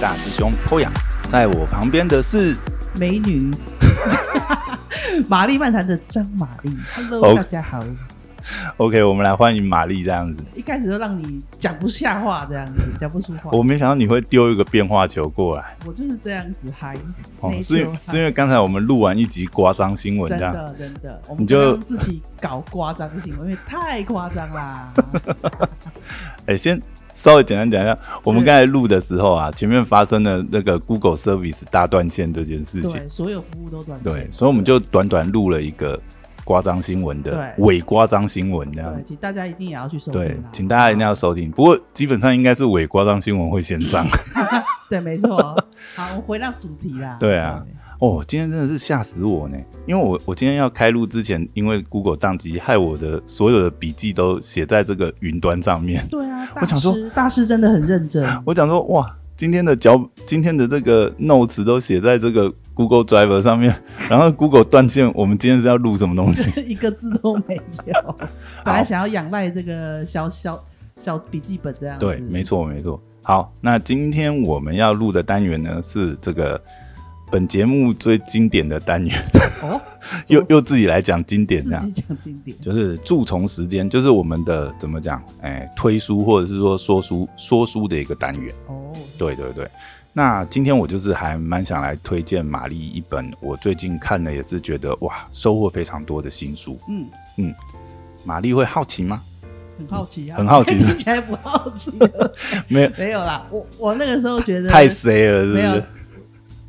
大师兄欧阳，在我旁边的是美女， 玛丽漫谈的张玛丽，Hello，、哦大家好。 OK，我们来欢迎玛丽这样子。一开始就让你讲不下话，这样子讲不出话，我没想到你会丢一个变化球过来，我就是这样子嗨，哦，内是因疚为嗨是因为刚才我们录完一集刮张新闻真这样，的真的，我你们就就自己搞夸张行为，因为太夸张 啦。哎、先稍微简单讲一下，我们嗯刚才录的时候啊，前面发生了那个 Google Service 大断线这件事情，对，所有服务都断线。对，所以我们就短短录了一个刮张新闻的对伪刮张新闻这对，样对。请大家一定也要去收听对啦，请大家一定要 好收听。不过基本上应该是伪刮张新闻会先上。对，没错。好，我们回到主题啦。对啊哦，今天真的是吓死我呢！因为我我今天要开录之前，因为 Google 宕机，害我的所有的笔记都写在这个云端上面。对，对啊。我想说大师，大师真的很认真。我想说，哇，今天的脚，今天的这个 notes 都写在这个 Google Drive 上面，然后 Google 断线，我们今天是要录什么东西？ 一个字都没有。本来想要仰赖这个小小小笔记本这样子。对，没。错，没错。好，那今天我们要录的单元呢，是这个本节目最经典的单元， 哦，又又自己来讲经典这自样。己讲经典。就是蛀虫时间，就是我们的怎么讲，哎、推书或者是说说书说书的一个单元。哦，对对对。那今天我就是还蛮想来推荐玛丽一本我最近看了也是觉得哇收获非常多的新书。嗯，玛丽会好奇 吗？很好奇啊，很好奇 听起来不好奇。没有，没有 啦，我我那个时候觉得太 C 了，是不没有是？。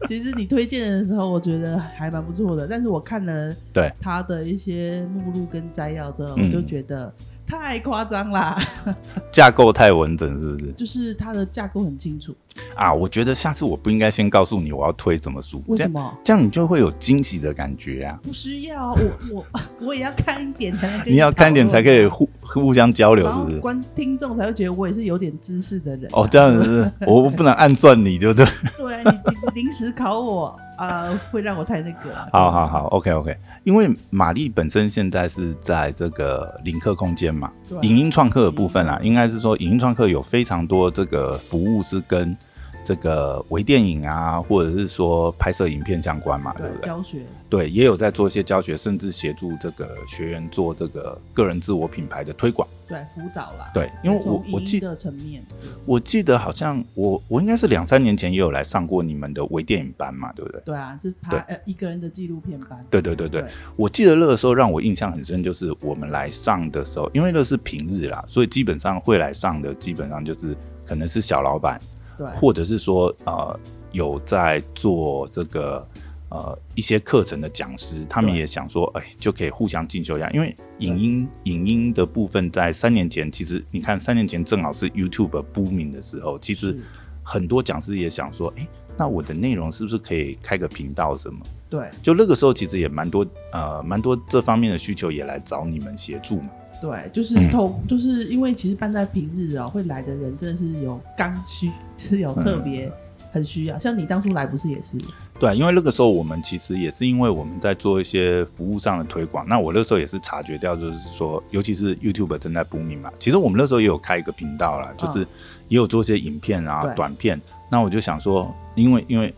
其实你推荐的时候，我觉得还蛮不错的，但是我看了对他的一些目录跟摘要之后，嗯我就觉得太夸张啦， 架构太完整，是不是？就是它的架构很清楚。啊，我觉得下次我不应该先告诉你我要推什么书，为这什样？么？这样你就会有惊喜的感觉啊！不需要，我我 我也要看一点才能跟你要看点才可以互互相交讨流，论，然是后不是？观听众才会觉得我也是有点知识的人。哦，这样子是不是我我不能暗算你，对不对？ 对啊，你你临时考我啊、呃会让我太那个了。好好好，OK OK，因为玛丽本身现在是在这个领克空间嘛，对啊影音创客的部分啦，应该是说影音创客有非常多这个服务是跟这个微电影啊，或者是说拍摄影片相关嘛，对不对对？教学，对，也有在做一些教学，甚至协助这个学员做这个个人自我品牌的推广。对辅导啦。，对，因为我我记的层面，我记得好像我我应该是两三年前也有来上过你们的微电影班嘛，对不对？对啊，是拍对呃一个人的纪录片班。对对对对对，我记得那个时候让我印象很深，就是我们来上的时候，因为那是平日啦，所以基本上会来上的，基本上就是可能是小老板，对或者是说呃有在做这个呃一些课程的讲师，他们对也想说，哎，就可以互相进修一下，因为影音影音的部分在三年前，其实你看三年前正好是 YouTube booming 的时候，其实是很多讲师也想说，哎，那我的内容是不是可以开个频道什么？对就那个时候其实也蛮多呃蛮多这方面的需求也来找你们协助嘛。对，就是嗯透，就是因为其实办在平日哦，会来的人真的是有刚需，就是嗯有特别很需要。像你当初来不是也是？对，啊因为那个时候我们其实也是因为我们在做一些服务上的推广，那我那时候也是察觉到，就是说，尤其是 YouTube 正在 booming 嘛，其实我们那时候也有开一个频道啦，就是也有做一些影片啊、嗯对短片。那我就想说，因为因为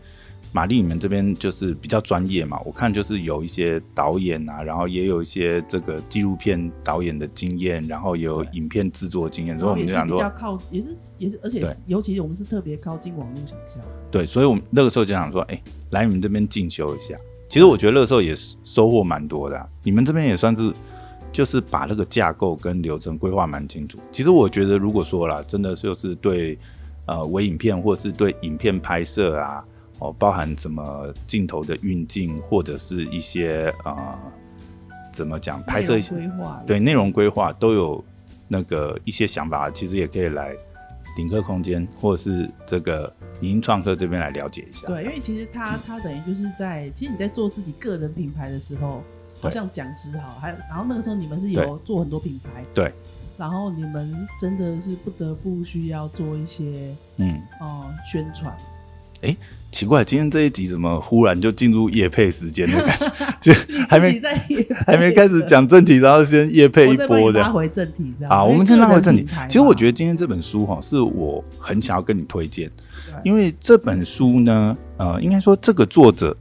玛丽你们这边就是比较专业嘛，我看就是有一些导演啊，然后也有一些这个纪录片导演的经验，然后也有影片制作经验，所以我们也就是想比说，较靠，也是也是，而且对是尤其我们是特别靠近网络想象。对，所以我们那个时候就想说，哎、来你们这边进修一下。其实我觉得那个时候也是收获蛮多的啊、你们这边也算是就是把那个架构跟流程规划蛮清楚。其实我觉得，如果说啦，真的就是对呃微影片或者是对影片拍摄啊，哦，包含什么镜头的运镜或者是一些呃怎么讲拍摄一些内容规划，对内容规划都有那个一些想法，其实也可以来顶客空间或者是这个影音创客这边来了解一下。对，因为其实他他等于就是在，其实你在做自己个人品牌的时候，好对像讲师好，还有然后那个时候你们是有做很多品牌，对，然后你们真的是不得不需要做一些嗯，哦、呃宣传，哎，奇怪，今天这一集怎么忽然就进入夜配时间的感觉？ 就还自己没 在还没开 始讲正题，然后先夜配一我再帮你波的拉。回正题，这样好，我们先拉回正题。其实我觉得得今天这本书哈，是我很想要跟你推荐，对因为这本书呢，呃，应该说这个作者，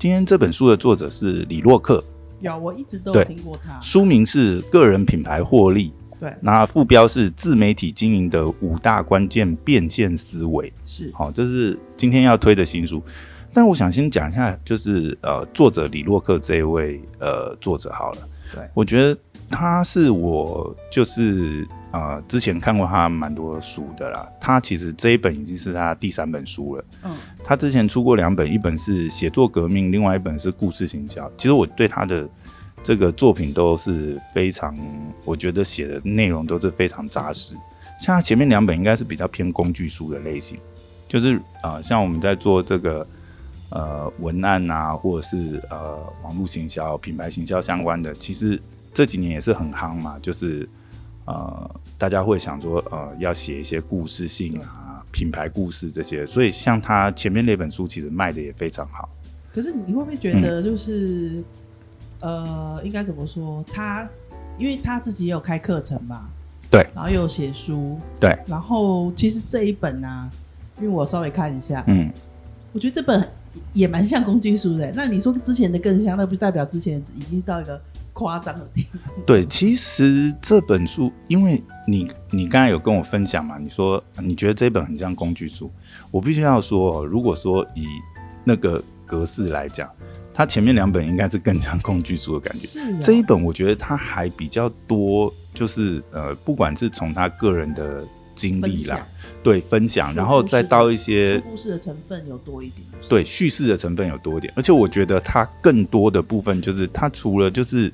今天这本书的作者是李洛克，有，我一直都对有听过他，书名是《个人品牌获利》，对，那副标是“自媒体经营的五大关键变现思维”。是好，这是今天要推的新书。但我想先讲一下，就是呃，作者李洛克这一位呃作者好了。对我觉得他是我就是呃之前看过他蛮多书的啦。他其实这一本已经是他第三本书了。嗯，他之前出过两本，一本是《写作革命》，另外一本是《故事行销》。其实我对他的这个作品都是非常，我觉得写的内容都是非常扎实。像他前面两本应该是比较偏工具书的类型，就是呃，像我们在做这个呃文案啊，或者是呃网络行销、品牌行销相关的，其实这几年也是很夯嘛，就是呃大家会想说呃要写一些故事性啊、品牌故事这些，所以像他前面那本书其实卖的也非常好，可是你会不会觉得就是、呃，应该怎么说？他因为他自己也有开课程嘛，对，然后又有写书，对，然后其实这一本啊，因为我稍微看一下，嗯，我觉得这本也蛮像工具书的。那你说之前的更像，那不代表之前已经到一个夸张的地步？对，其实这本书，因为你你刚才有跟我分享嘛，你说你觉得这本很像工具书，我必须要说，哦，如果说以那个格式来讲，它前面两本应该是更像工具书的感觉。是、这一哦，本我觉得它还比较多，就是呃，不管是从他个人的经历啦分享，对分享，说然后故事再的到一些说故事的成分有多一点，是不是对叙事的成分有多一点，而且我觉得它更多的部分就是它除了就是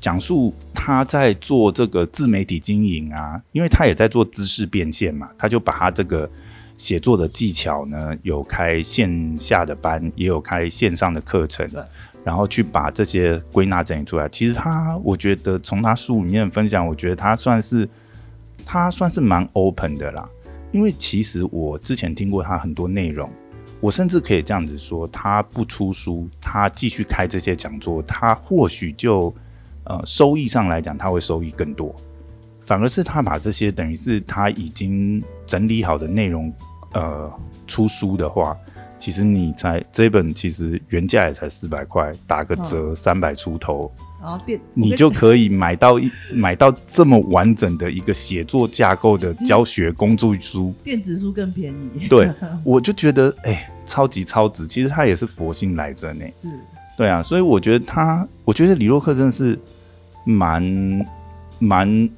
讲述他在做这个自媒体经营啊，因为他也在做知识变现嘛，他就把他这个写作的技巧呢，有开线下的班，也有开线上的课程对，然后去把这些归纳整理出来。其实他，我觉得从他书里面分享，我觉得他算是他算是蛮 open 的啦。因为其实我之前听过他很多内容，我甚至可以这样子说，他不出书，他继续开这些讲座，他或许就呃收益上来讲，他会收益更多。反而是他把这些等于是他已经整理好的内容，呃，出书的话，其实你才这本其实原价也才四百块，打个折三百出头，然后电你我跟就可以买到一买到这么完整的一个写作架构的教学工具书。电子书更便宜，对， 我就觉得哎、超级超值。其实他也是佛性来着呢。是对啊，所以我觉得他，我觉得李洛克真的是蛮蛮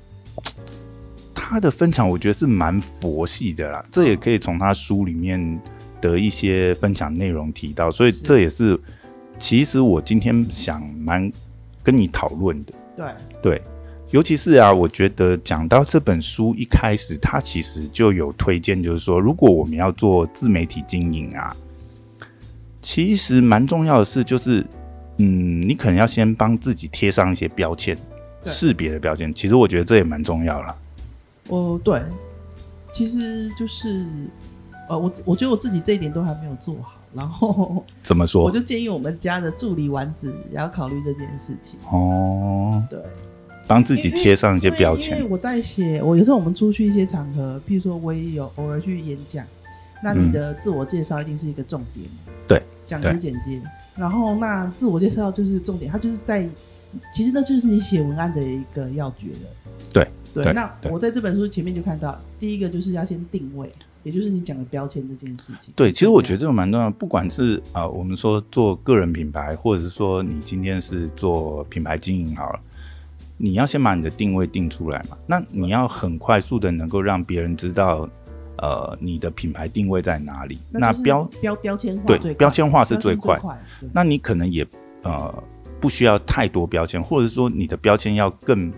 他的分享，我觉得是蛮佛系的啦。这也可以从他书里面的一些分享内容提到，所以是这也是其实我今天想蛮跟你讨论的。对，对，尤其是啊，我觉得讲到这本书一开始，它其实就有推荐，就是说，如果我们要做自媒体经营啊，其实蛮重要的是，就是嗯，你可能要先帮自己贴上一些标签，对识别的标签。其实我觉得这也蛮重要啦。哦，对，其实就是，呃，我我觉得我自己这一点都还没有做好，然后 怎么我说？就建议我们家的助理丸子也要考虑这件事情。哦，对，帮自己因为贴上一些对标因签为。我在写，我有时候我们出去一些场合，譬如说我也有偶尔去演讲，那你嗯的自我介绍一定是一个重点。对，讲对师简介，然后那自我介绍就是重点，它就是在，其实那就是你写文案的一个要诀了。对对，对那对我在这本书前面就看到，第一个就是要先定位，也就是你讲的标签这件事情。对，其实我觉得得这个蛮重要的。不管是啊、呃我们说做个人品牌，或者是说你今天是做品牌经营好了，你要先把你的定位定出来嘛。那你要很快速的能够让别人知道，呃，你的品牌定位在哪里。那标标标签化最对标签化化是最快。对那你可能也呃不需要太多标签，或者说你的标签要更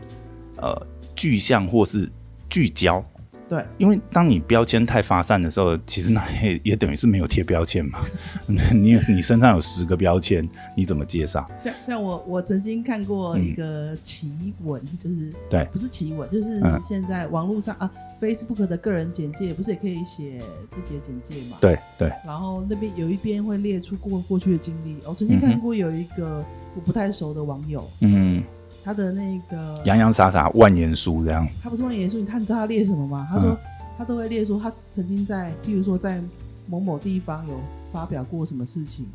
呃具象或是聚焦。对，因为当你标签太发散的时候，其实那 也也等于是没有贴标签嘛。 你你身上有十个标签，你怎么介绍？像像我我曾经看过一个奇闻，就是嗯对不是奇闻，就是嗯现在网络上啊，Facebook 的个人简介不是也可以写自己的简介嘛？对对，然后那边有一边会列出过过去的经历。我曾经嗯看哼过有一个我不太熟的网友，嗯，他的那个洋洋洒洒万言书这样，他不是问严肃，你看你知道他列什么吗？他说、嗯他都会列说他曾经在，譬如说在某某地方有发表过什么事情，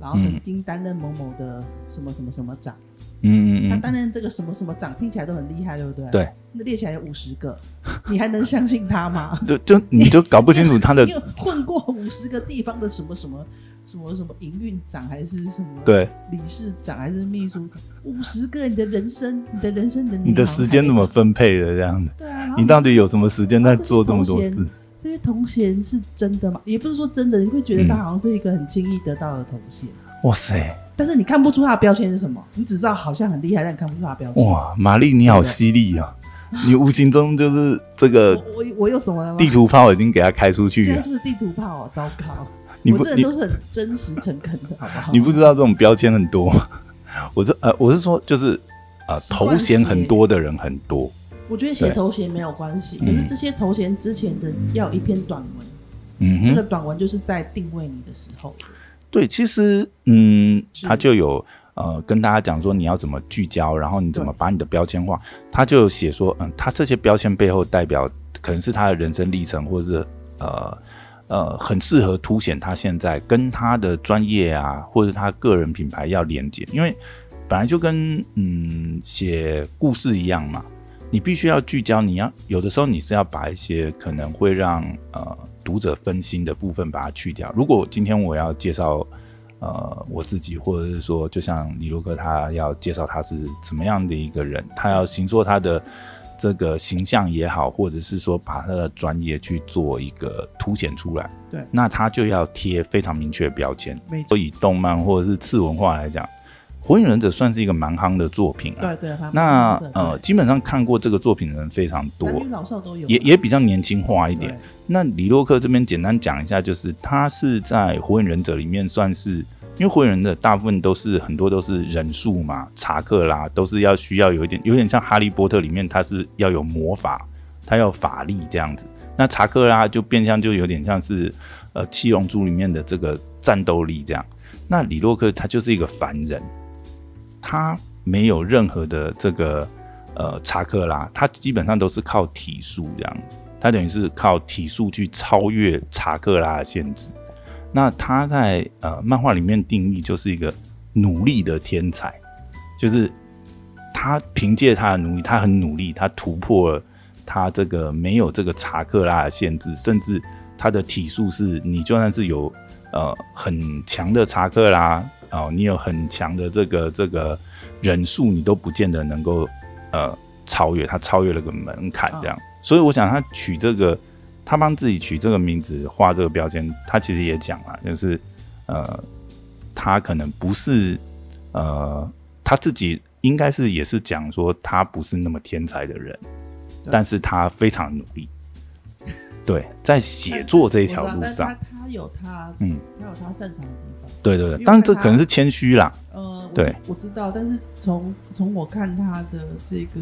然后曾经担任某某的什么什么什么长，嗯他嗯嗯，担任这个什么什么长，听起来都很厉害，对不对？对，那列起来有五十个， 你还能相信他吗？ 就就你就搞不清楚他的 你有混过五十个地方的什么什么什么什么营运长还是什么对理事长还是秘书长，五十个你的人生，你的人生的你的时间怎么分配的这样 子，对啊？然后你到底有什么时间在然后这些做这么多头衔事？这些头衔是真的吗？也不是说真的，你会觉嗯得他好像是一个很轻易得到的头衔，啊哇塞，但是你看不出他的标签是什么，你只知道好像很厉害，但你看不出他的标签。哇，玛丽你好犀利啊！你无形中就是这我个我我又怎么了吗？地图炮已经给他开出现去在了，就是地图炮、哦，糟糕！啊你我不这人你都是很真实诚恳的，好不好？你不知道这种标签很多吗？ 我是呃，我是说就是呃，习惯头衔很多的人很多，我觉得写头衔没有关系，可嗯是这些头衔之前的要有一篇短文，那嗯个哼，短文就是在定位你的时候，对，其实嗯，是他就有呃跟大家讲说你要怎么聚焦，然后你怎么把你的标签化，他就有写说嗯，他这些标签背后代表可能是他的人生历程，或者是呃。呃，很适合凸显他现在跟他的专业啊，或者他个人品牌要连接，因为本来就跟嗯写故事一样嘛，你必须要聚焦，你要有的时候你是要把一些可能会让呃读者分心的部分把它去掉。如果今天我要介绍呃我自己，或者是说，就像李洛克他要介绍他是怎么样的一个人，他要形塑他的这个形象也好，或者是说把他的专业去做一个凸显出来，对那他就要贴非常明确的标签。没所以以动漫或者是次文化来讲，《火影忍者》算是一个蛮夯的作品啊。对对，他们那对呃，基本上看过这个作品的人非常多男，女老少都有啊，也也比较年轻化一对点。那李洛克这边简单讲一下，就是他是在《火影忍者》里面算是，因为《火影忍者》大部分都是很多都是忍术嘛，查克啦，都是要需要有一点，有点像《哈利波特》里面他是要有魔法，他要法力这样子。那查克拉就变相就有点像是呃《七龙珠》里面的这个战斗力这样。那李洛克他就是一个凡人，他没有任何的这个呃查克拉，他基本上都是靠体术这样，他等于是靠体术去超越查克拉的限制。那他在呃漫画里面定义就是一个努力的天才，就是他凭借他的努力，他很努力，他突破了他这个没有这个查克拉的限制，甚至他的体术是你就算是有呃很强的查克拉哦，你有很强的这个这个人数，你都不见得能够呃超越他，超越了个门槛这样。所以我想他取这个，他帮自己取这个名字，画这个标签，他其实也讲了，就是呃，他可能不是呃他自己应该是也是讲说他不是那么天才的人，对但是他非常努 力。对，在写作这一条我路知上道但，他他有他嗯，他有他擅长的地方。对对因为对，当然这他可能是谦虚啦，呃，我对，我知道，但是从从我看他的这个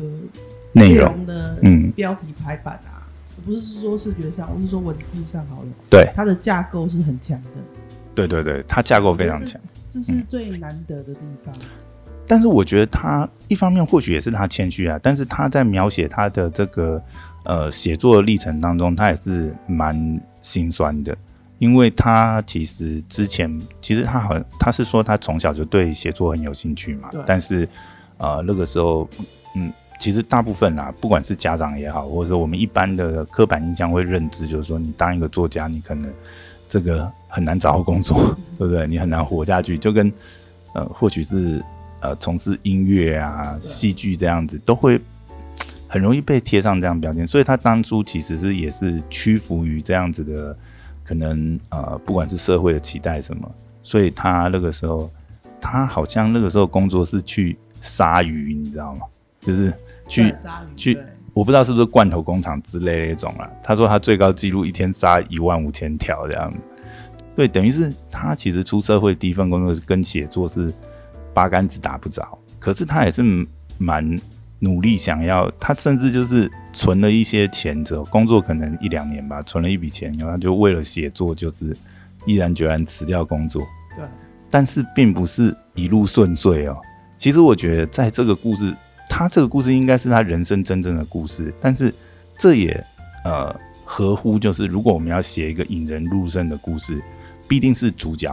内内容，容的嗯，标题排版啊，我不是说视觉上，我是说文字上好了，对它的架构是很强的，对对对，他架构非常强。嗯这是最难得的地方。但是我觉得他一方面或许也是他谦虚啊，但是他在描写他的这个呃写作的历程当中，他也是蛮心酸的，因为他其实之前其实他好像他是说他从小就对写作很有兴趣嘛对，但是呃那个时候嗯。其实大部分啊，不管是家长也好，或者说我们一般的刻板印象会认知，就是说你当一个作家，你可能这个很难找到工作， 对不对？你很难活下去，就跟呃，或许是呃从事音乐啊、对戏剧这样子，都会嘖很容易被贴上这样的标签。所以他当初其实是也是屈服于这样子的，可能呃，不管是社会的期待什么，所以他那个时候，他好像那个时候工作是去杀鱼，你知道吗？就是去对鲨鱼去对我不知道是不是罐头工厂之类那种啦。他说他最高纪录一天杀一万五千条这样，对，等于是他其实出社会第一份工作是跟写作是八竿子打不着，可是他也是蛮努力想要，他甚至就是存了一些钱之后，工作可能一两年吧，存了一笔钱，然后他就为了写作就是毅然决然辞掉工作，对，但是并不是一路顺遂哦。其实我觉得，在这个故事，他这个故事应该是他人生真正的故事，但是这也呃合乎就是，如果我们要写一个引人入胜的故事，必定是主角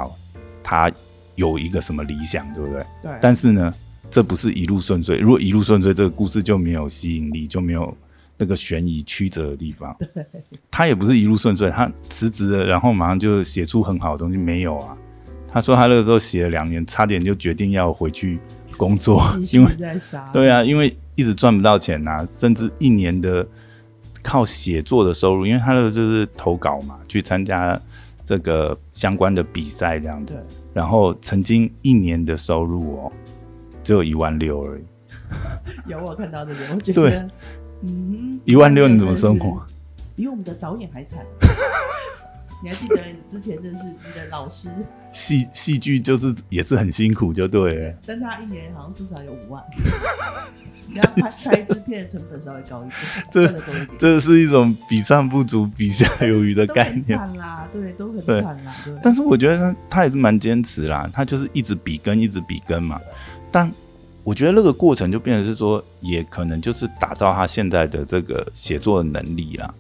他有一个什么理想，对不对？对，但是呢，这不是一路顺遂。如果一路顺遂，这个故事就没有吸引力，就没有那个悬疑曲折的地方。他也不是一路顺遂，他辞职了，然后马上就写出很好的东西，没有啊。他说他那个时候写了两年，差点就决定要回去工作，继续因为在杀，对啊，因为一直赚不到钱呐、甚至一年的靠写作的收入，因为他的就是投稿嘛，去参加这个相关的比赛这样子对。然后曾经一年的收入哦，只有一万六而已。有我有看到这个，我觉对得，嗯，一万六你怎么生活？？比我们的导演还 惨。你还记得你之前认识你的老师，戏戏剧就是也是很辛苦，就对了。但他一年好像至少有五万，你要 拍拍一支片的成本稍微高一点，这赚的多一点，这是一种比上不足，比下有余的都概很念。惨啦，对，都很对惨啦，对。但是我觉得他他也是蛮坚持啦，他就是一直比跟，一直比跟嘛。但我觉得那个过程就变成是说，也可能就是打造他现在的这个写作能力啦。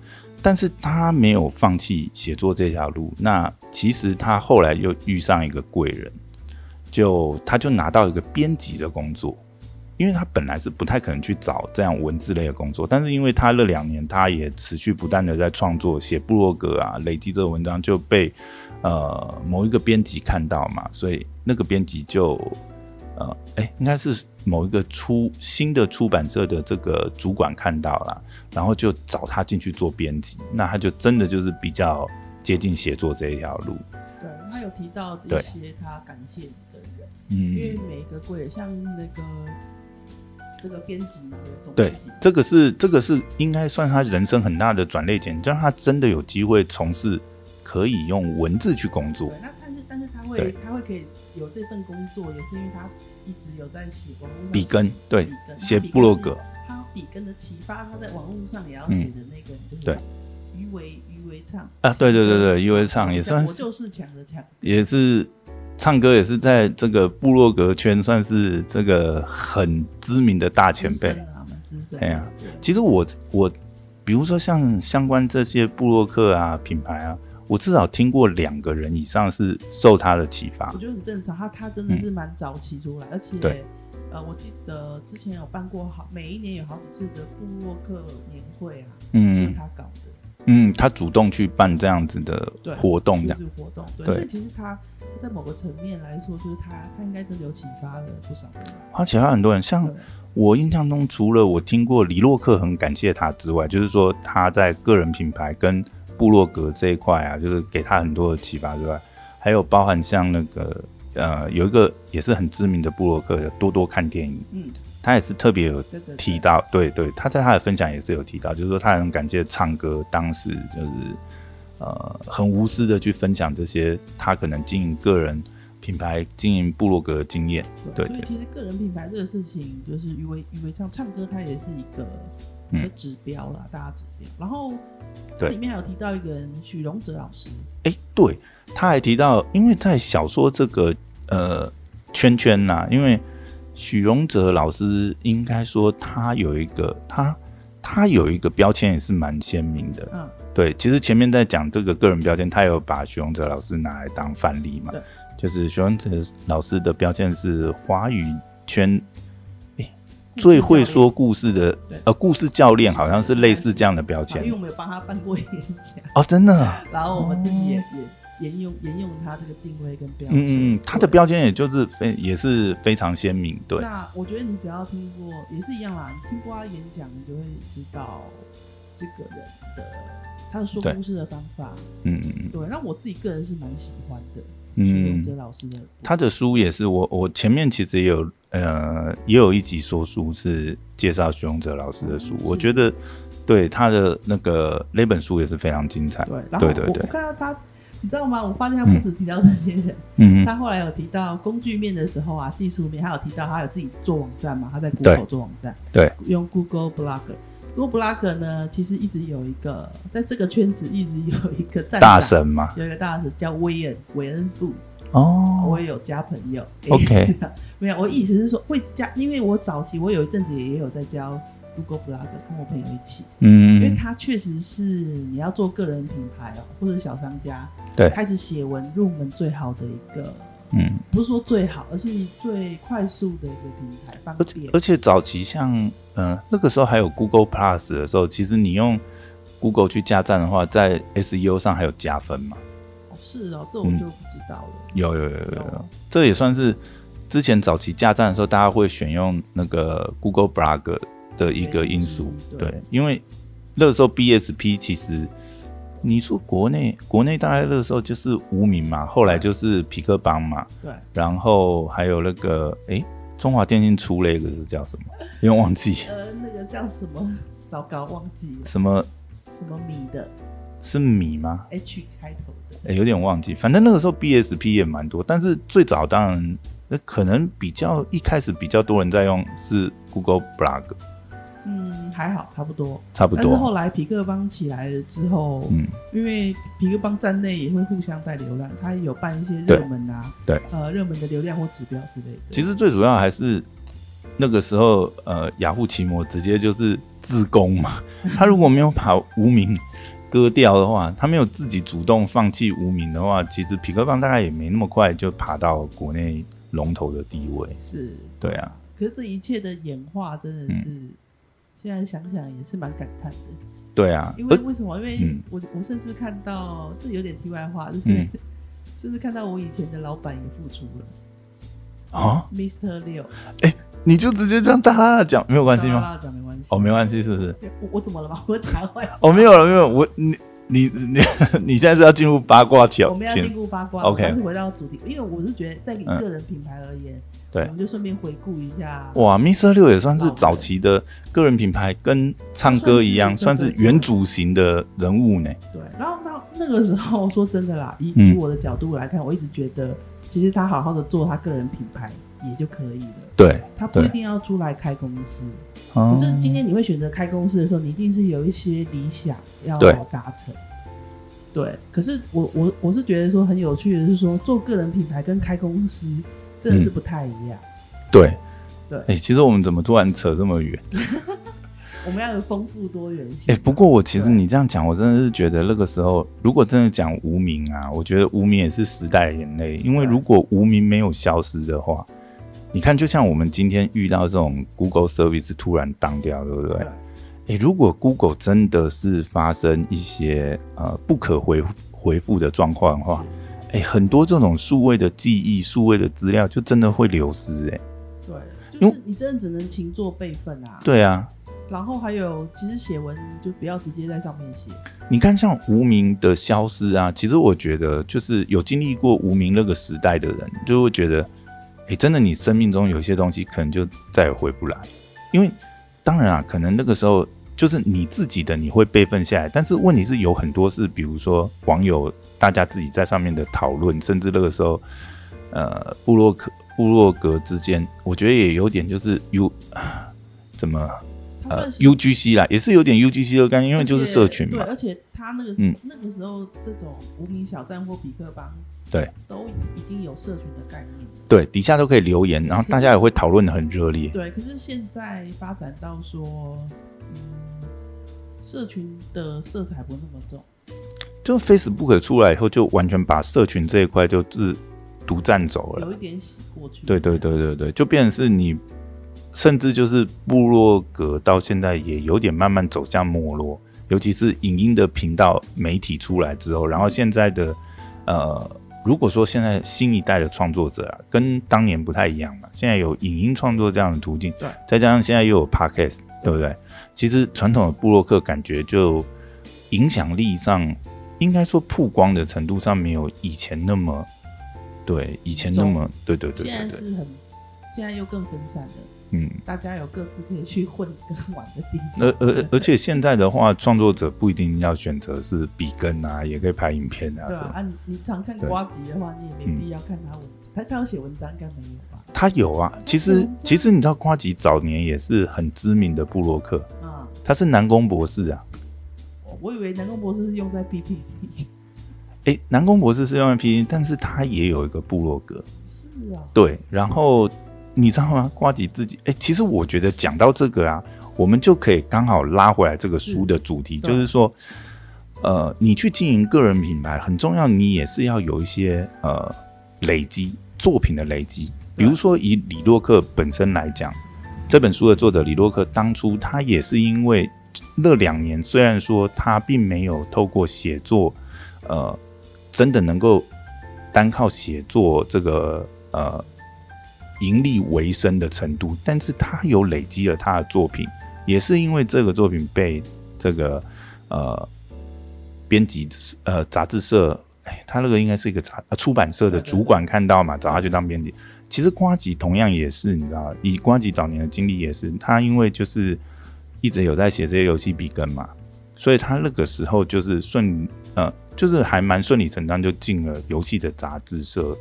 但是他没有放弃写作这条路。那其实他后来又遇上一个贵人，就他就拿到一个编辑的工作，因为他本来是不太可能去找这样文字类的工作，但是因为他那两年他也持续不断的在创作，写部落格啊，累积这个文章就被呃某一个编辑看到嘛，所以那个编辑就呃哎应该是某一个出新的出版社的这个主管看到了，然后就找他进去做编辑，那他就真的就是比较接近写作这一条路，对，他有提到一对些他感谢的人，因为嗯。每一个贵人，像那个这个编辑嘛，总对编辑，这个是这个是应该算他人生很大的转捩点，让他真的有机会从事可以用文字去工作对，。那但是但是他对会他会可以有这份工作，也是因为他一直有在写网络上笔耕写对笔耕写他笔部落耕格嗯是他笔耕的启发，他在网络上也要写的那个、就是对余为余为唱啊，对对对对，因为唱也算我是就是强的强，也是唱歌也是在这个部落格圈算是这个很知名的大前资辈深。啊，蛮资深的，哎呀对其实我我比如说像相关这些部落客啊品牌啊，我至少听过两个人以上是受他的启发我。觉得很正常。他他真的是蛮早期出来，而且嗯对呃，我记得之前有办过好每一年有好几次的部落客年会啊，就是嗯他搞的，嗯，他主动去办这样子的对活动，这样就是活动。对，对所以其实他他在某个层面来说，就是他他应该真的有启发了不少人。而且还有很多人像对我印象中，除了我听过李洛克很感谢他之外，就是说他在个人品牌跟部落格这一块啊，就是给他很多的启发之外，还有包含像那个呃，有一个也是很知名的部落客叫多多看电影，嗯，他也是特别有对对提对，到，对对，他在他的分享也是有提到，就是说他很感谢唱歌当时就是呃很无私的去分享这些他可能经营个人品牌、经营部落格的经验，对所以对其实个人品牌这个事情，就是余为余为唱唱歌，它也是一个嗯一个指标啦，大家指标。然后它对里面还有提到一个人，许荣哲老师，哎，对，他还提到，因为在小说这个呃圈圈呐、因为许荣哲老师应该说他有一个他他有一个标签也是蛮鲜明的。嗯，对，其实前面在讲这个个人标签，他有把许荣哲老师拿来当范例嘛对，就是许荣哲老师的标签是华语圈。诶最会说故事的嗯对，呃，故事教练好像是类似这样的标啊签因为我们有帮他办过演讲，哦，真的，然后我们自己也、也沿用沿用他这个定位跟标签。嗯嗯嗯，他的对标签也就是非也是非常鲜明，对，那我觉得你只要听过，也是一样啦。你听过他演讲，你就会知道这个人的他的说对故事的方法。嗯嗯嗯对，那我自己个人是蛮喜欢的。徐嗯永，哲老师的，他的书也是我我前面其实也有呃也有一集说书是介绍徐荣哲老师的书，嗯我是觉得对他的那个那本书也是非常精彩。对，然后我对对对我看到他，你知道吗？我发现他不止提到这些人，嗯他后来有提到工具面的时候啊，技术面，他有提到他有自己做网站嘛，他在对 Google 做网站，对，用 Google Blog。Google Blog 呢，其实一直有一个在这个圈子一直有一个站长大，神嘛，有一个大神叫威恩韦恩富，哦我，也有加朋友。 OK 没有，我意思是说会加，因为我早期我有一阵子也有在教 Google Blog，跟我朋友一起，因为嗯，它确实是你要做个人品牌哦，或者小商家，对开始写文入门最好的一个，嗯，不是说最好，而是最快速的一个平台方而且便而。且早期像嗯、呃那个时候还有 Google Plus 的时候，其实你用 Google 去加站的话，在 SEO 上还有加分嘛。哦是哦，这我就不知道了。有有有有有有，这也算是之前早期架站的时候，大家会选用那个 Google Blog 的一个因素，对对，因为那时候 BSP 其实你说国内国内大概那时候就是无名嘛，后来就是匹克邦嘛，对，然后还有那个诶，中华电信出了一个是叫什么？因为忘记呃，那个叫什么？糟糕，忘记了什么什么米的是米吗？ H 开头的。诶有点忘记，反正那个时候 BSP 也蛮多，但是最早当然，那可能比较一开始比较多人在用是 Google Blog，嗯，还好，差不多。差不但是后多，来皮克邦起来了之后，嗯，因为皮克邦站内也会互相在流浪，它也有办一些热门啊，对，呃，热门的流量或指标之类的。其实最主要还是那个时候，呃，雅虎奇摩直接就是自攻 嘛，他如果没有把无名割掉的话，他没有自己主动放弃无名的话，其实匹克邦大概也没那么快就爬到国内龙头的地位，是，对啊，可是这一切的演化真嗯的是，现在想想也是蛮感叹的。对啊，因而为为什么？因为嗯我、我甚至看到，这有点题外话， 就是、嗯甚至看到我以前的老板也复出了啊， ，Mr. 六，你就直接这样大啦啦讲，没有关系大吗？家讲没关系。哦，没关系，是不是？我我怎么了嘛？ 我讲坏话，哦，没有了，没有了，我你你你 你现在是要进入八卦球我们要前兼顾八卦。 OK 但是回到主题，因为我是觉得，在你嗯个人品牌而言，对我们就顺便回顾一下，哇，Mr 六也算是老的早期的个人品牌，跟唱歌一样，算哦算是是原主型的人物呢。对。然后到那个时候，说真的啦，以嗯以我的角度来看，我一直觉得，其实他好好的做他个人品牌也就可以了，对，他不对一定要出来开公司。可可是今天你会选择开公司的时候，你一定是有一些理想要对达成。对，可是我我我是觉得说很有趣的是说，做个人品牌跟开公司嗯真的是不太一样。对对哎、其实我们怎么突然扯这么 远？我们要有丰富多元性。哎、不过我其实对你这样讲，我真的是觉得那个时候，如果真的讲无名啊，我觉得无名也是时代的眼泪，因为对如果无名没有消失的话，你看，就像我们今天遇到这种 Google service 突然当掉，对不对？对啊诶，如果 Google 真的是发生一些呃不可回回复的状况的话，诶，很多这种数位的记忆、数位的资料就真的会流失、诶，对，因就为是你真的只能勤做备份啊。，对啊，然后还有，其实写文就不要直接在上面写，你看像无名的消失啊，其实我觉得就是有经历过无名那个时代的人，就会觉得，诶，真的你生命中有些东西可能就再也回不来，因为当然啊，可能那个时候。就是你自己的，你会备份下来，但是问题是有很多是，比如说网友大家自己在上面的讨论，甚至那个时候，呃，部落格部落格之间，我觉得也有点就是 U 啊怎么他呃算是 UGC 啦，也是有点 UGC 的概念，因为就是社群嘛对，。而且他那个、嗯那个时候，这种无名小站或比克邦，对，都已经有社群的概念了。对，底下都可以留言，然后大家也会讨论的很热烈。对，可是现在发展到说，嗯，社群的色彩不那么重。就 Facebook 出来以后，就完全把社群这一块就是独占走了有。一点洗过去。啊对对对对对，就变成是你，甚至就是部落格到现在也有点慢慢走向没落，尤其是影音的频道媒体出来之后，然后现在的呃，如果说现在新一代的创作者啊，跟当年不太一样嘛，现在有影音创作这样的途径，对，再加上现在又有 podcast，对不对？其实传统的部落客感觉就影响力上，应该说曝光的程度上没有以前那么对，以前那么嗯对对对现在对对，是很，现在又更分散了，嗯。大家有各自可以去混跟玩的地而方。啊而而且现在的话，创作者不一定要选择是笔耕啊，也可以拍影片啊。对什啊，么。啊你你常看对瓜吉的话，你也嗯没必要看他文字，他他有写文章应该没有吧？他有啊，其实其实你知道，瓜吉早年也是很知名的布洛克，啊，他是南宫博士啊。哦我我以为南宫博士是用在 PPT，诶，南宫博士是用 P，但是他也有一个部落格。 是啊，对，然后你知道吗？瓜吉自己，诶，哎其实我觉得讲到这个啊，我们就可以刚好拉回来这个书的主题，对就是说，呃，你去经营个人品牌很重要，你也是要有一些呃累积作品的累积。比如说以李洛克本身来讲，这本书的作者李洛克当初他也是因为那两年，虽然说他并没有透过写作，呃，真的能够单靠写作这个呃盈利为生的程度，但是他有累积了他的作品，也是因为这个作品被这个呃编辑呃杂志社，哎，他那个应该是一个杂、呃出版社的主管看到嘛，找他去当编辑。其实瓜吉同样也是，你知道吗，以瓜吉早年的经历也是，他因为就是一直有在写这些游戏笔根嘛，所以他那个时候就是顺呃，就是还蛮顺理成章就进了游戏的杂志社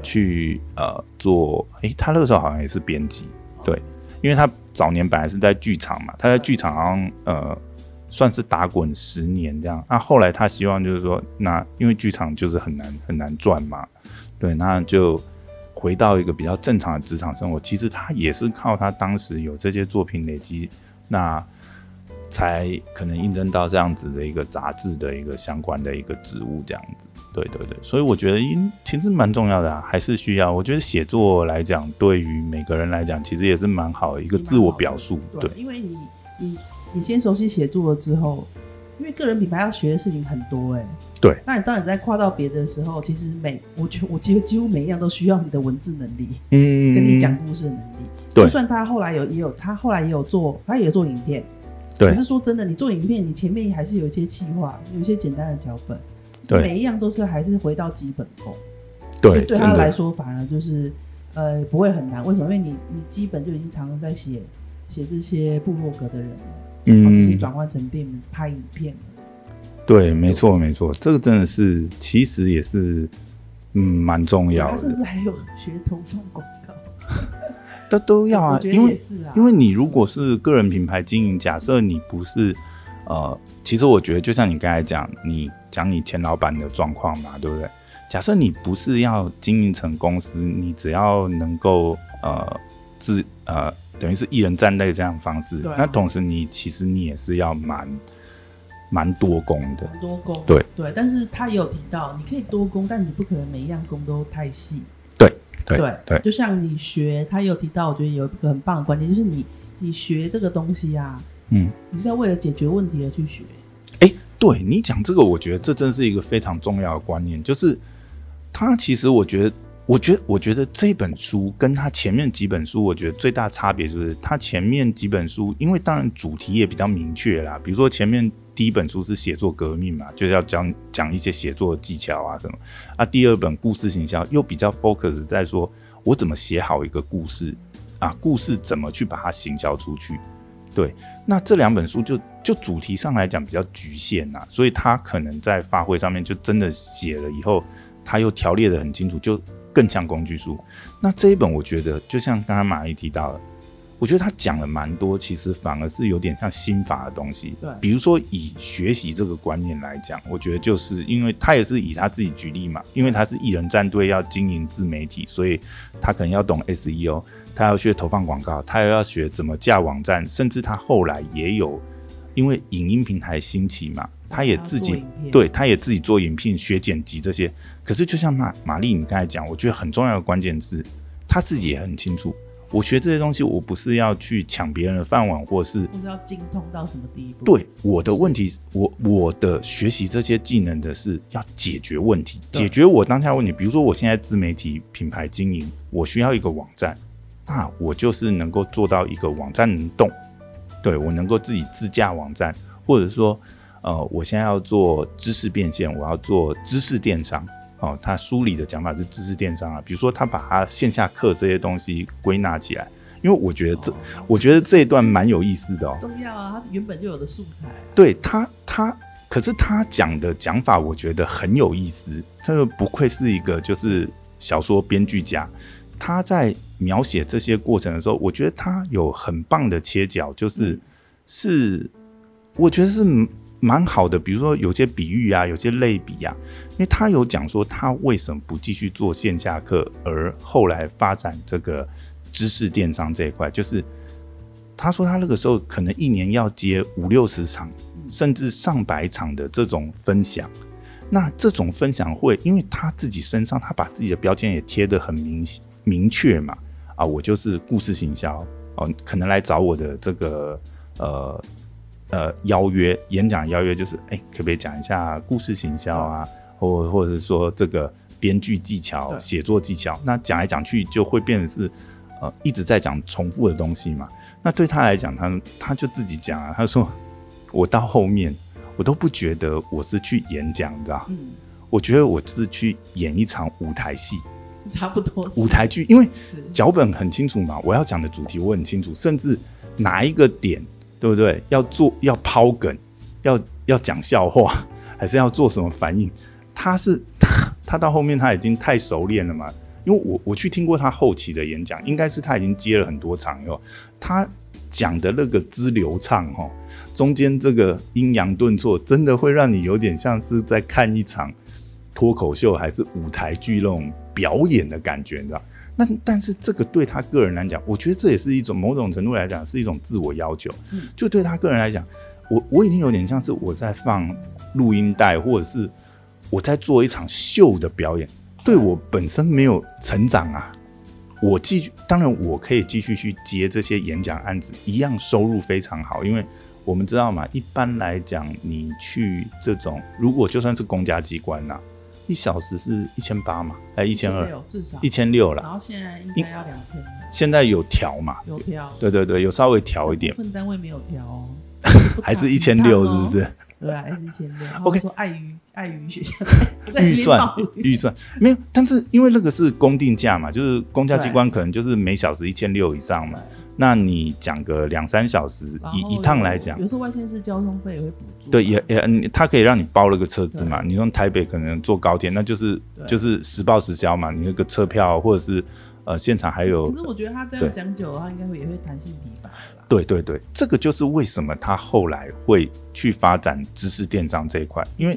去呃做，诶、他那个时候好像也是编辑，对，因为他早年本来是在剧场嘛，他在剧场好像呃算是打滚十年这样，那、后来他希望就是说，那因为剧场就是很难很难赚嘛，对，那就。回到一个比较正常的职场生活，其实他也是靠他当时有这些作品累积，那才可能应征到这样子的一个杂志的一个相关的一个职务，这样子。对对对，所以我觉得因其实蛮重要的啊，还是需要。我觉得写作来讲，对于每个人来讲，其实也是蛮好的一个自我表述。对对，，因为你你你先熟悉写作了之后，因为个人品牌要学的事情很多哎、对，那你当你在跨到别的时候，其实每我觉我几乎几乎每一样都需要你的文字能力，嗯，跟你讲，故事的能力。对就算他后来有也有他后来也有做，他也有做影片。对可是说真的，你做影片，你前面还是有一些企划，有一些简单的脚本，对每一样都是还是回到基本功。所对，以对真他来的，说反而就是呃不会很难。为什么？因为你你基本就已经常常在写写这些部落格的人了，然后只是嗯，转换成变拍影片了。对，没错没错，这个真的是其实也是嗯蛮重要他甚的，至还有学投放广告，这都要啊我，觉得因为也是啊，因为你如果是个人品牌经营，假设你不是，呃，其实我觉得就像你刚才讲，你讲你前老板的状况嘛，对不对？假设你不是要经营成公司，你只要能够呃自呃等于是一人站队这样的方式，对啊那同时你其实你也是要蛮蛮多工的，很多工，对对，但是他也有提到，你可以多工，但你不可能每一样工都太细。对对就像你学，他也有提到，我觉得有一个很棒的观点，就是你你学这个东西啊，嗯，你是要为了解决问题而去学，哎，对你讲这个，我觉得这真是一个非常重要的观念，就是它其实我觉得，我觉得，我觉得这本书跟它前面几本书，我觉得最大差别就是它前面几本书，因为当然主题也比较明确啦，比如说前面第一本书是写作革命嘛，就是要讲讲一些写作技巧啊什么啊，第二本故事行销又比较 focus 在说我怎么写好一个故事啊，故事怎么去把它行销出去。那这两本书就就主题上来讲比较局限呐、所以他可能在发挥上面就真的写了以后，他又条列的很清楚，就更像工具书。那这一本我觉得，就像刚刚马丽提到的，我觉得他讲了蛮多，其实反而是有点像心法的东西。对比如说以学习这个观念来讲，我觉得就是因为他也是以他自己举例嘛，因为他是艺人战队要经营自媒体，所以他可能要懂 SEO，他要学投放广告，他又要学怎么架网站，甚至他后来也有因为影音平台兴起嘛，他也自己他要做影片对，他也自己做影片、学剪辑这些。可是就像玛玛丽你刚才讲，我觉得很重要的关键字，他自己也很清楚，我学这些东西，我不是要去抢别人的饭碗，或是或是要精通到什么地步。对我的问题，我我的学习这些技能的是要解决问题，对解决我当下问题。比如说，我现在自媒体品牌经营，我需要一个网站，那我就是能够做到一个网站能动，对我能够自己自驾网站，或者说，呃，我现在要做知识变现，我要做知识电商，哦，他书里的讲法是知识电商啊，比如说他把他线下课这些东西归纳起来，因为我觉得这，我觉得这一段蛮有意思的哦。重要啊，它原本就有的素材啊、对他，他可是他讲的讲法，我觉得很有意思。这个不愧是一个就是小说编剧家，他在描写这些过程的时候，我觉得他有很棒的切角，就是、是我觉得是蛮好的。比如说有些比喻啊，有些类比啊，因为他有讲说他为什么不继续做线下课，而后来发展这个知识电商这一块，就是他说他那个时候可能一年要接五六十场，甚至上百场的这种分享。那这种分享会，因为他自己身上他把自己的标签也贴得很明明确嘛，啊，我就是故事行销哦，可能来找我的这个呃呃邀约演讲邀约就是，哎、可不可以讲一下故事行销啊，或或者是说这个编剧技巧、对写作技巧？那讲来讲去就会变成是呃一直在讲重复的东西嘛。那对他来讲，他他就自己讲啊，他说我到后面我都不觉得我是去演讲的、啊，嗯，我觉得我是去演一场舞台戏、差不多是舞台剧，因为是脚本很清楚嘛，我要讲的主题我很清楚，甚至哪一个点，对不对？要做要抛梗，要要讲笑话， 还是要做什么反应？他是他他到后面他已经太熟练了嘛，因为我我去听过他后期的演讲，应该是他已经接了很多场以后，他讲的那个之流畅哦，中间这个阴阳顿挫，真的会让你有点像是在看一场脱口秀还是舞台剧那种表演的感觉，你知道？那但是这个对他个人来讲，我觉得这也是一种某种程度来讲是一种自我要求。嗯就对他个人来讲，我我已经有点像是我在放录音带，或者是我在做一场秀的表演，对我本身没有成长啊。我继续，当然我可以继续去接这些演讲案子，一样收入非常好，因为我们知道嘛，一般来讲，你去这种如果就算是公家机关呐、啊一小时是一千八嘛，哎一千二， 1600至少一千六啦然。后现在应该要两千，现在有调嘛？有调，对对对，有稍微调一点，，部分单位没有调哦 还是一千六，是不是？ 是？哦对啊，还是一千六。 OK 他说碍于碍于学校 预算预预算没有，但是因为那个是公定价嘛，就是公家机关可能就是每小时一千六以上嘛。那你讲个两三小时，一一趟来讲有，时候外县市交通费也会补助，啊对，也也，嗯它可以让你包了个车资对嘛。你从台北可能坐高铁，那就是对就是实报实销嘛。你那个车票或者是呃现场还有可是我觉得他这对样讲久了，他应该会也会弹性疲乏啦。对对对，这个就是为什么他后来会去发展知识电商这一块，因为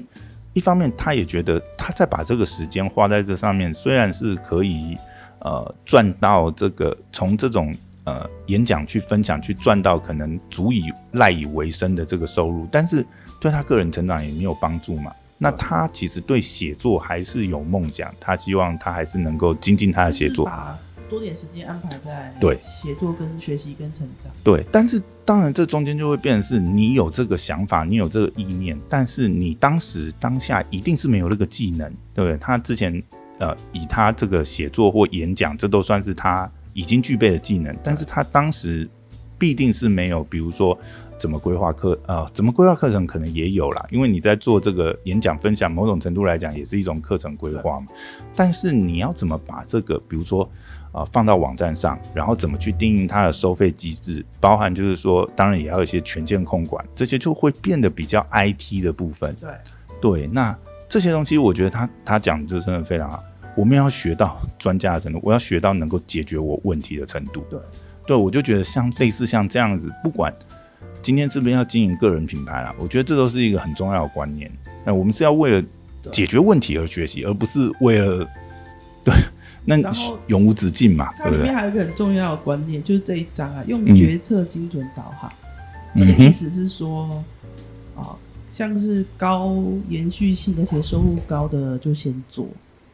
一方面他也觉得他在把这个时间花在这上面，虽然是可以呃赚到这个从这种呃演讲去分享去赚到可能足以赖以为生的这个收入，但是对他个人成长也没有帮助嘛。那他其实对写作还是有梦想，他希望他还是能够精进他的写作就是。把多点时间安排在对写作跟学习跟成长。对，但是当然，这中间就会变成是你有这个想法，你有这个意念，但是你当时当下一定是没有那个技能，对不对？他之前呃，以他这个写作或演讲，这都算是他已经具备的技能，但是他当时必定是没有，比如说怎么规划课，呃，怎么规划课程可能也有啦，因为你在做这个演讲分享，某种程度来讲也是一种课程规划嘛。但是你要怎么把这个，比如说啊、呃放到网站上，然后怎么去定义它的收费机制，包含就是说，当然也要有一些权限控管，这些就会变得比较 IT 的部分。对，对，那这些东西我觉得他他讲就真的非常好。我们要学到专家的程度，我要学到能够解决我问题的程度。对，对我就觉得像类似像这样子，不管今天是不是要经营个人品牌啦，我觉得这都是一个很重要的观念。那我们是要为了解决问题而学习，而不是为了对，那然后永无止境嘛，它对里不对面？还有一个很重要的观念，就是这一章啊，用嗯决策精准导航。这嗯个意哼，思是说，啊、像是高延续性而且收入高的就先做。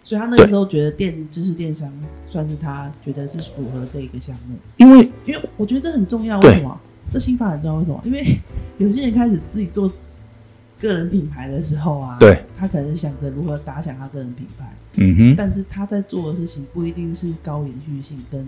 所以他那个对时候觉得电知识电商算是他觉得是符合这一个项目，因为因为我觉得这很重要。对为什么？这心法很重要。为什么？因为有些人开始自己做个人品牌的时候啊，对，他可能想着如何打响他个人品牌，嗯哼，但是他在做的事情不一定是高延续性跟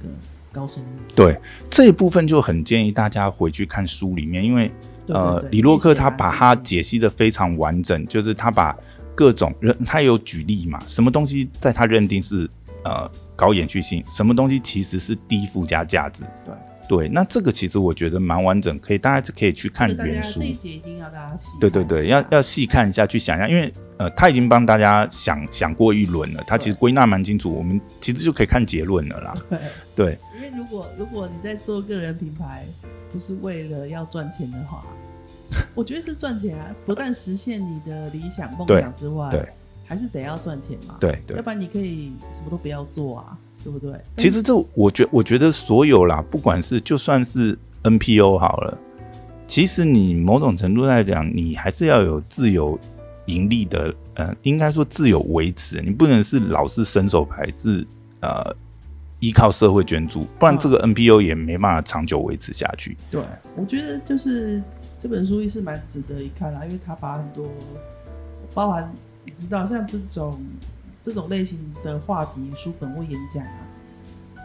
那个高收入。对这一部分就很建议大家回去看书里面，因为对对呃，对李洛克理解他啊把理它解解析的非常完整，就是他把各种人，他有举例嘛，什么东西在他认定是呃高延续性，什么东西其实是低附加价值。对对，那这个其实我觉得蛮完整，可以大家可以去看所以大原家书这。一节一定要大家细看一下。对对对，要要细看一下，去想一下，因为呃，他已经帮大家想想过一轮了，他其实归纳蛮清楚，我们其实就可以看结论了啦。对。对，因为如果如果你在做个人品牌，不是为了要赚钱的 话，我觉得是赚钱啊，不但实现你的理想梦对想之外，对还是得要赚钱嘛。，对对要。不然你可以什么都不要做啊，对不对？其实这我觉我觉得所有啦，不管是就算是 NPO 好了，其实你某种程度来讲，你还是要有自由盈利的，呃，应该说自由维持，你不能是老是伸手牌子，呃，依靠社会捐助，不然嗯这个 NPO 也没办法长久维持下去。对，啊我觉得就是这本书也是蛮值得一看啦、因为它把很多包含你知道像这种这种类型的话题、书本或演讲啊，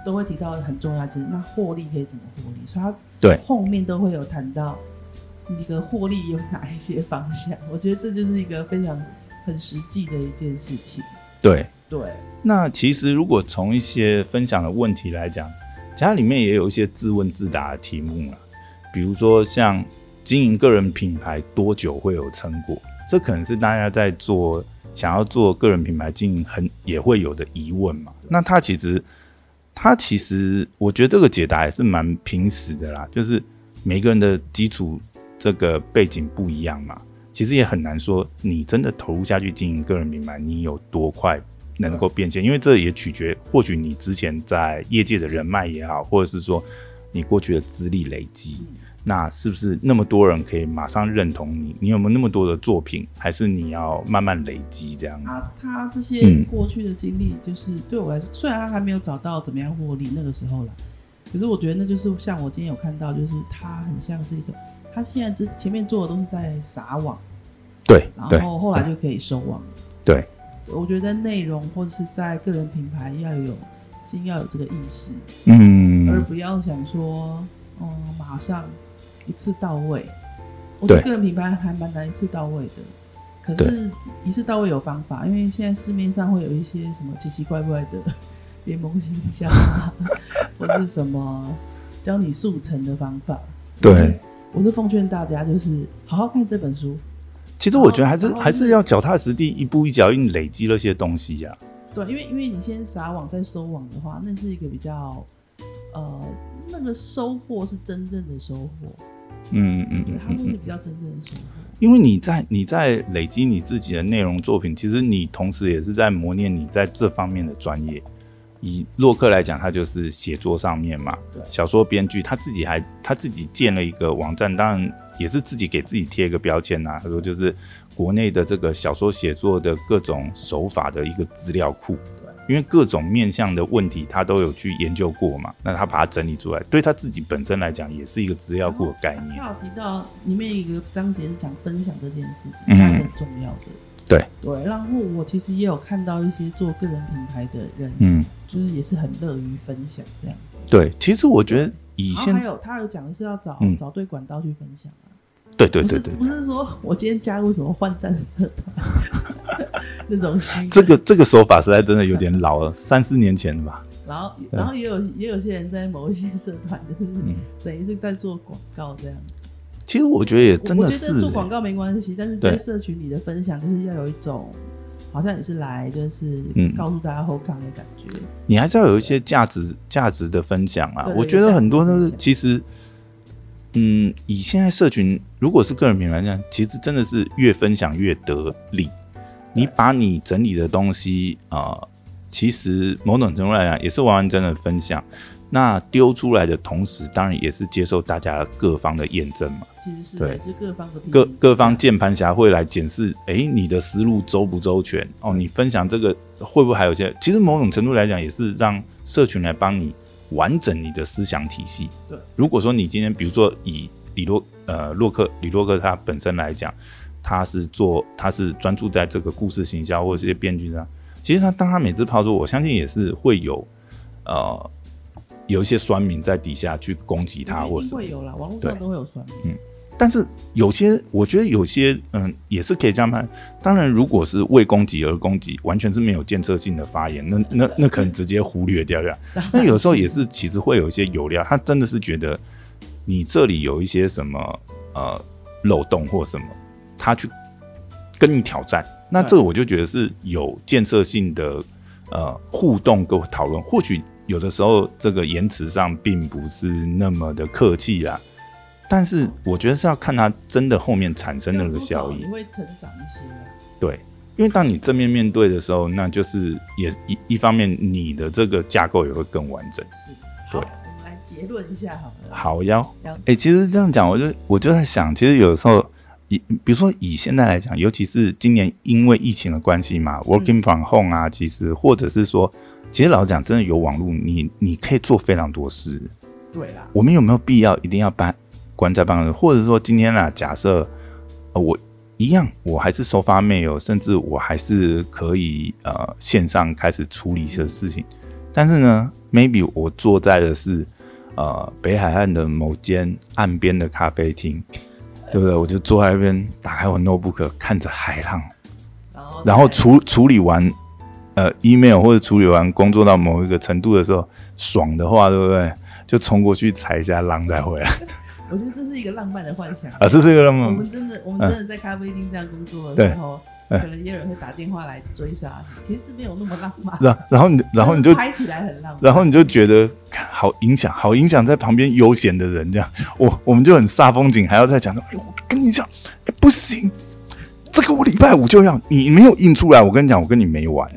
都会提到很重要，就是那获利可以怎么获利，所以它对后面都会有谈到你的获利有哪一些方向。我觉得这就是一个非常很实际的一件事情。对，对，那其实如果从一些分享的问题来讲，其实它里面也有一些自问自答的题目啦，比如说像经营个人品牌多久会有成果，这可能是大家在做想要做个人品牌经营很也会有的疑问嘛。那它其实它其实我觉得这个解答也是蛮平实的啦，就是每个人的基础这个背景不一样嘛。其实也很难说，你真的投入下去经营个人品牌，你有多快能够变现，因为这也取决或许你之前在业界的人脉也好，或者是说你过去的资历累积，那是不是那么多人可以马上认同你？你有没有那么多的作品，还是你要慢慢累积这样？他他这些嗯过去的经历，就是对我来说，虽然他还没有找到怎么样获利那个时候啦，可是我觉得那就是像我今天有看到，就是他很像是一个，他现在之前面做的都是在撒网，对对然后后来就可以收网。对，我觉得内容或者是在个人品牌要有先要有这个意识，而嗯，不要想说，嗯，马上一次到位。我觉得对个人品牌还蛮难一次到位的，可是一次到位有方法，因为现在市面上会有一些什么奇奇怪怪的联盟形象啊，或是什么教你速成的方法。我是对。，我是奉劝大家，就是好好看这本书。其实我觉得还是然后还是要脚踏实地，一步一脚印累积那些东西呀、对，因为因为你先撒网再收网的话，那是一个比较，呃，那个收获是真正的收获，嗯嗯对嗯，它嗯会是嗯，比较真正的收获。因为你在你在累积你自己的内容作品，其实你同时也是在磨练你在这方面的专业。以洛克来讲，他就是写作上面嘛对，小说编剧，他自己还他自己建了一个网站，当然也是自己给自己贴一个标签呐、啊他说就是国内的这个小说写作的各种手法的一个资料库，因为各种面向的问题他都有去研究过嘛，那他把它整理出来，对他自己本身来讲也是一个资料库的概念。他有提到里面有一个章节是讲分享这件事情，嗯它是很重要的。对对，然后我其实也有看到一些做个人品牌的人，嗯，就是也是很乐于分享这样子。对，其实我觉得以然现后啊还有他有讲的是要找、嗯找对管道去分享啊，对对对对，不是不是说我今天加入什么换战社团 那种虚这个这个手法实在真的有点老了，三四年前了吧？然后，然后也有也有些人在某一些社团，就是嗯等于是在做广告这样。其实我觉得也我真的我是觉得做欸广告没关系，但是在对社群里的分享，就是要有一种好像也是来就是嗯告诉大家后康的感觉。你还是要有一些价值价值的分享啊对。我觉得很多都有价是值分享其实，嗯，以现在社群如果是个人品牌这样，其实真的是越分享越得利。你把你整理的东西啊、呃其实某种程度来讲也是完完整整的分享。那丢出来的同时，当然也是接受大家各方的验证嘛。其实是对就各方的批评各各方键盘侠会来检视，诶，你的思路周不周全？嗯哦，你分享这个会不会还有些？其实某种程度来讲，也是让社群来帮你完整你的思想体系。对，如果说你今天，比如说以李洛呃洛克李洛克他本身来讲，他是做他是专注在这个故事行销或者这些编剧上，其实他当他每次抛出，我相信也是会有呃有一些酸民在底下去攻击他，一或定是会有啦，网络对上都会有酸民。嗯但是有些，我觉得有些，嗯，也是可以这样判。当然，如果是为攻击而攻击，完全是没有建设性的发言，那那那可能直接忽略掉呀。那有时候也是，其实会有一些有料，他真的是觉得你这里有一些什么呃漏洞或什么，他去跟你挑战。那这个我就觉得是有建设性的呃互动跟讨论，或许有的时候这个言辞上并不是那么的客气啦，但是我觉得是要看它真的后面产生的那个效益你。会成长一些啊、对，因为当你正面面对的时候，那就是也一一方面你的这个架构也会更完整。是。对好，我们来结论一下好了。好呀，了哎、其实这样讲，我就我就在想，其实有时候以比如说以现在来讲，尤其是今年因为疫情的关系嘛，working from home 啊，其实或者是说，其实老实讲，真的有网络，你你可以做非常多事。对啦，我们有没有必要一定要办关在办公室？或者说今天啦，假设、呃、我一样，我还是收发 mail，甚至我还是可以呃线上开始处理一些事情。但是呢，maybe 我坐在的是呃北海岸的某间岸边的咖啡厅，对不对？我就坐在那边，打开我 notebook，看着海浪，然后然后再处处理完呃 email 或者处理完工作到某一个程度的时候，爽的话，对不对？就冲过去踩一下浪再 回来我觉得这是一个浪漫的幻想。啊，这是一个那我么们真的，我们真的在咖啡厅这样工作的对时候，嗯可能也有人会打电话来追杀你，其实没有那么浪漫。然然后你然后你就 拍起来很浪漫。然后你就觉得看好影响，好影响在旁边悠闲的人这样，我我们就很煞风景，还要再讲说，哎，我跟你讲，哎，不行，这个我礼拜五就要，你没有印出来，我跟你讲，我跟你没完，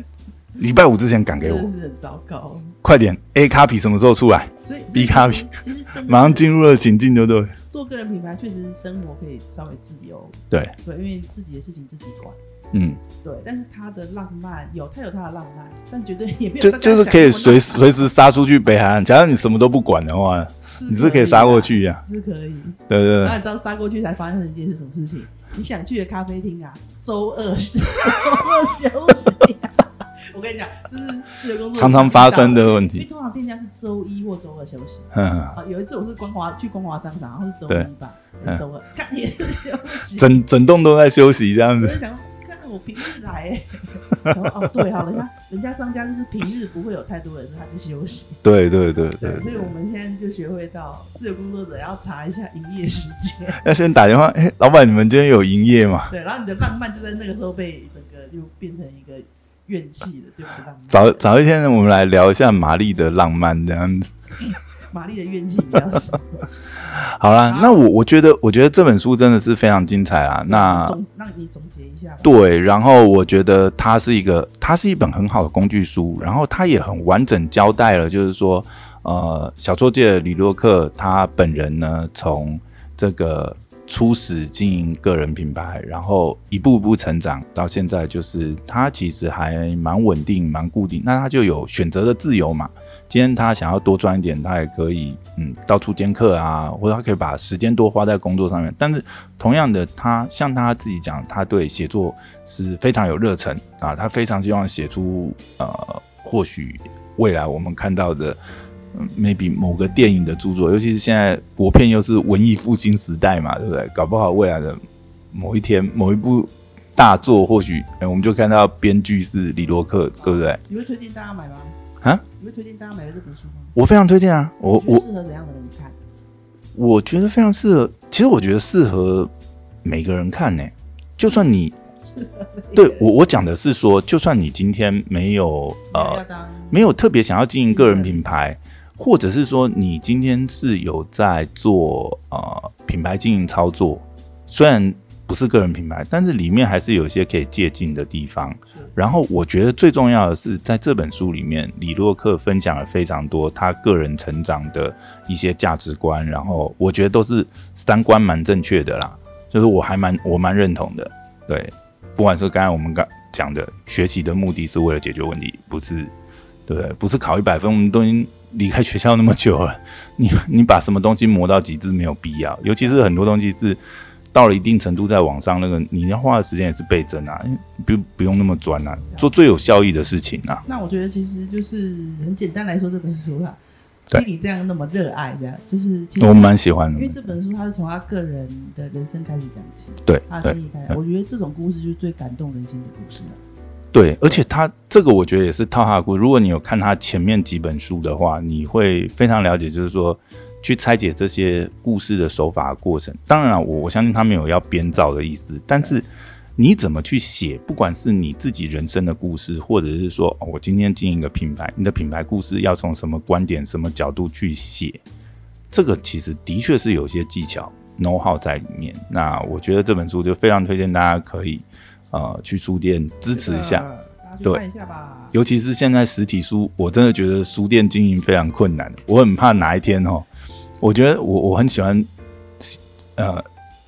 礼拜五之前赶给我真，的是很糟糕。快点，A 卡比什么时候出来？所以 B 咖啡，其实真 的马上是进入了情境，对不对？做个人品牌，确实是生活可以稍微自由，对，对，因为自己的事情自己管。嗯，对，但是他的浪漫有，他有他的浪漫，但绝对也没 有就大家就是可 以想那随么时随时杀出去北海岸，假如你什么都不管的话，浪漫你是可以杀过，去呀、啊是可以。对对然后对，你知道杀过去才发生一件是什么事情？你想去的咖啡厅啊，周二周二休息、啊。 我跟你讲，这是自由工作常常发生的的问遇到，因为题。通常店家是周一或周二休息。嗯，啊，有一次我是光华去光华商场，然后是周对嗯一吧，还是周二，看也是休息。整整栋都在休息这样我子。就想说，看我平日来、欸，然后哦对，好人家人家商家就是平日不会有太多人，所以他就休息。对对对对对，所以我们现在就学会到自由工作者要查一下营业时间。要先打电话，哎、老板，你们今天有营业吗？对，然后你的浪漫就在那个时候被整个就变成一个怨气的，就是浪漫。早早一天我们来聊一下玛丽的浪漫这样子。玛丽的怨气比较重。好啦，那我我觉得我觉得这本书真的是非常精彩啦。那总让你总结一下吧。对，然后我觉得它是一个，它是一本很好的工具书，然后它也很完整交代了，就是说，呃，小说界的李洛克他本人呢，从这个初始经营个人品牌，然后一步步成长到现在，就是他其实还蛮稳定、蛮固定，那他就有选择的自由嘛。今天他想要多赚一点，他也可以，嗯，到处兼课啊，或者他可以把时间多花在工作上面。但是同样的，他像他自己讲，他对写作是非常有热忱啊，他非常希望写出呃，或许未来我们看到的、嗯、，maybe 某个电影的著作，尤其是现在国片又是文艺复兴时代嘛，对不对？搞不好未来的某一天，某一部大作，或许、哎我们就看到编剧是李洛克，对不对？你会推荐大家买吗？啊？你会推荐大家买这本书吗？我非常推荐啊，我你觉得我适合怎样的人看？我觉得非常适合，其实我觉得适合每个人看呢、就算你对我我讲的是说，就算你今天没有要呃当没有特别想要经营个人品牌，或者是说你今天是有在做呃品牌经营操作，虽然不是个人品牌，但是里面还是有一些可以借鉴的地方。然后我觉得最重要的是，在这本书里面，李洛克分享了非常多他个人成长的一些价值观，然后我觉得都是三观蛮正确的啦，就是我还蛮我蛮认同的。对，不管是刚才我们刚讲的，学习的目的是为了解决问题，不是对不对？不是考一百分，我们都已经离开学校那么久了，你你把什么东西磨到极致没有必要，尤其是很多东西是到了一定程度在网上那个你要花的时间也是倍增啊，因为不不用那么专啊，做最有效益的事情啊。那我觉得其实就是很简单来说，这本书啦，对听你这样那么热爱这样，就是其实我蛮喜欢因为的。这本书他是从他个人的人生开始讲起，对他的对经历开始，我觉得这种故事就是最感动人心的故事了。对，而且他这个我觉得也是套哈故。如果你有看他前面几本书的话，你会非常了解，就是说去拆解这些故事的手法的过程。当然了，我我相信他没有要编造的意思，但是你怎么去写，不管是你自己人生的故事，或者是说、哦我今天经营一个品牌，你的品牌故事要从什么观点、什么角度去写，这个其实的确是有些技巧 know how 在里面。那我觉得这本书就非常推荐大家可以。呃，去书店支持一下，呃，大家去对看一下吧。尤其是现在实体书，我真的觉得书店经营非常困难。我很怕哪一天哦，我觉得我我很喜欢，呃，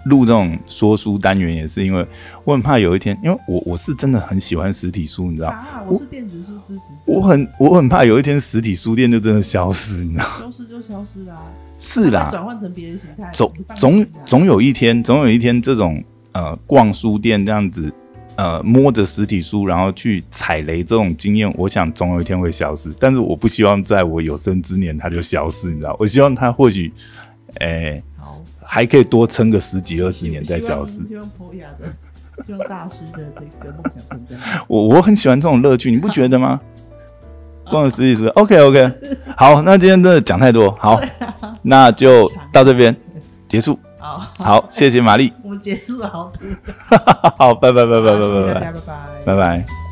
录这种说书单元，也是因为我很怕有一天，因为我我是真的很喜欢实体书，你知道，啊，我是电子书支持者，我很我很怕有一天实体书店就真的消失，你知道？消失就消失啦，是它啦，转换成别的形态，总你放总心啊总有一天，总有一天，这种呃逛书店这样子，呃摸着实体书，然后去踩雷这种经验，我想总有一天会消失。但是我不希望在我有生之年它就消失，你知道？我希望它或许，哎、好。还可以多撑个十几二十年再希消望失。希望博雅的， 希望大师的这个梦想成真。我我很喜欢这种乐趣，你不觉得吗？逛了实体书，OK OK，好，那今天真的讲太多，好，那就到这边结束。好，好，谢谢玛丽， 我们结束了好，好，拜拜拜拜拜谢谢拜拜大家，拜拜。拜拜。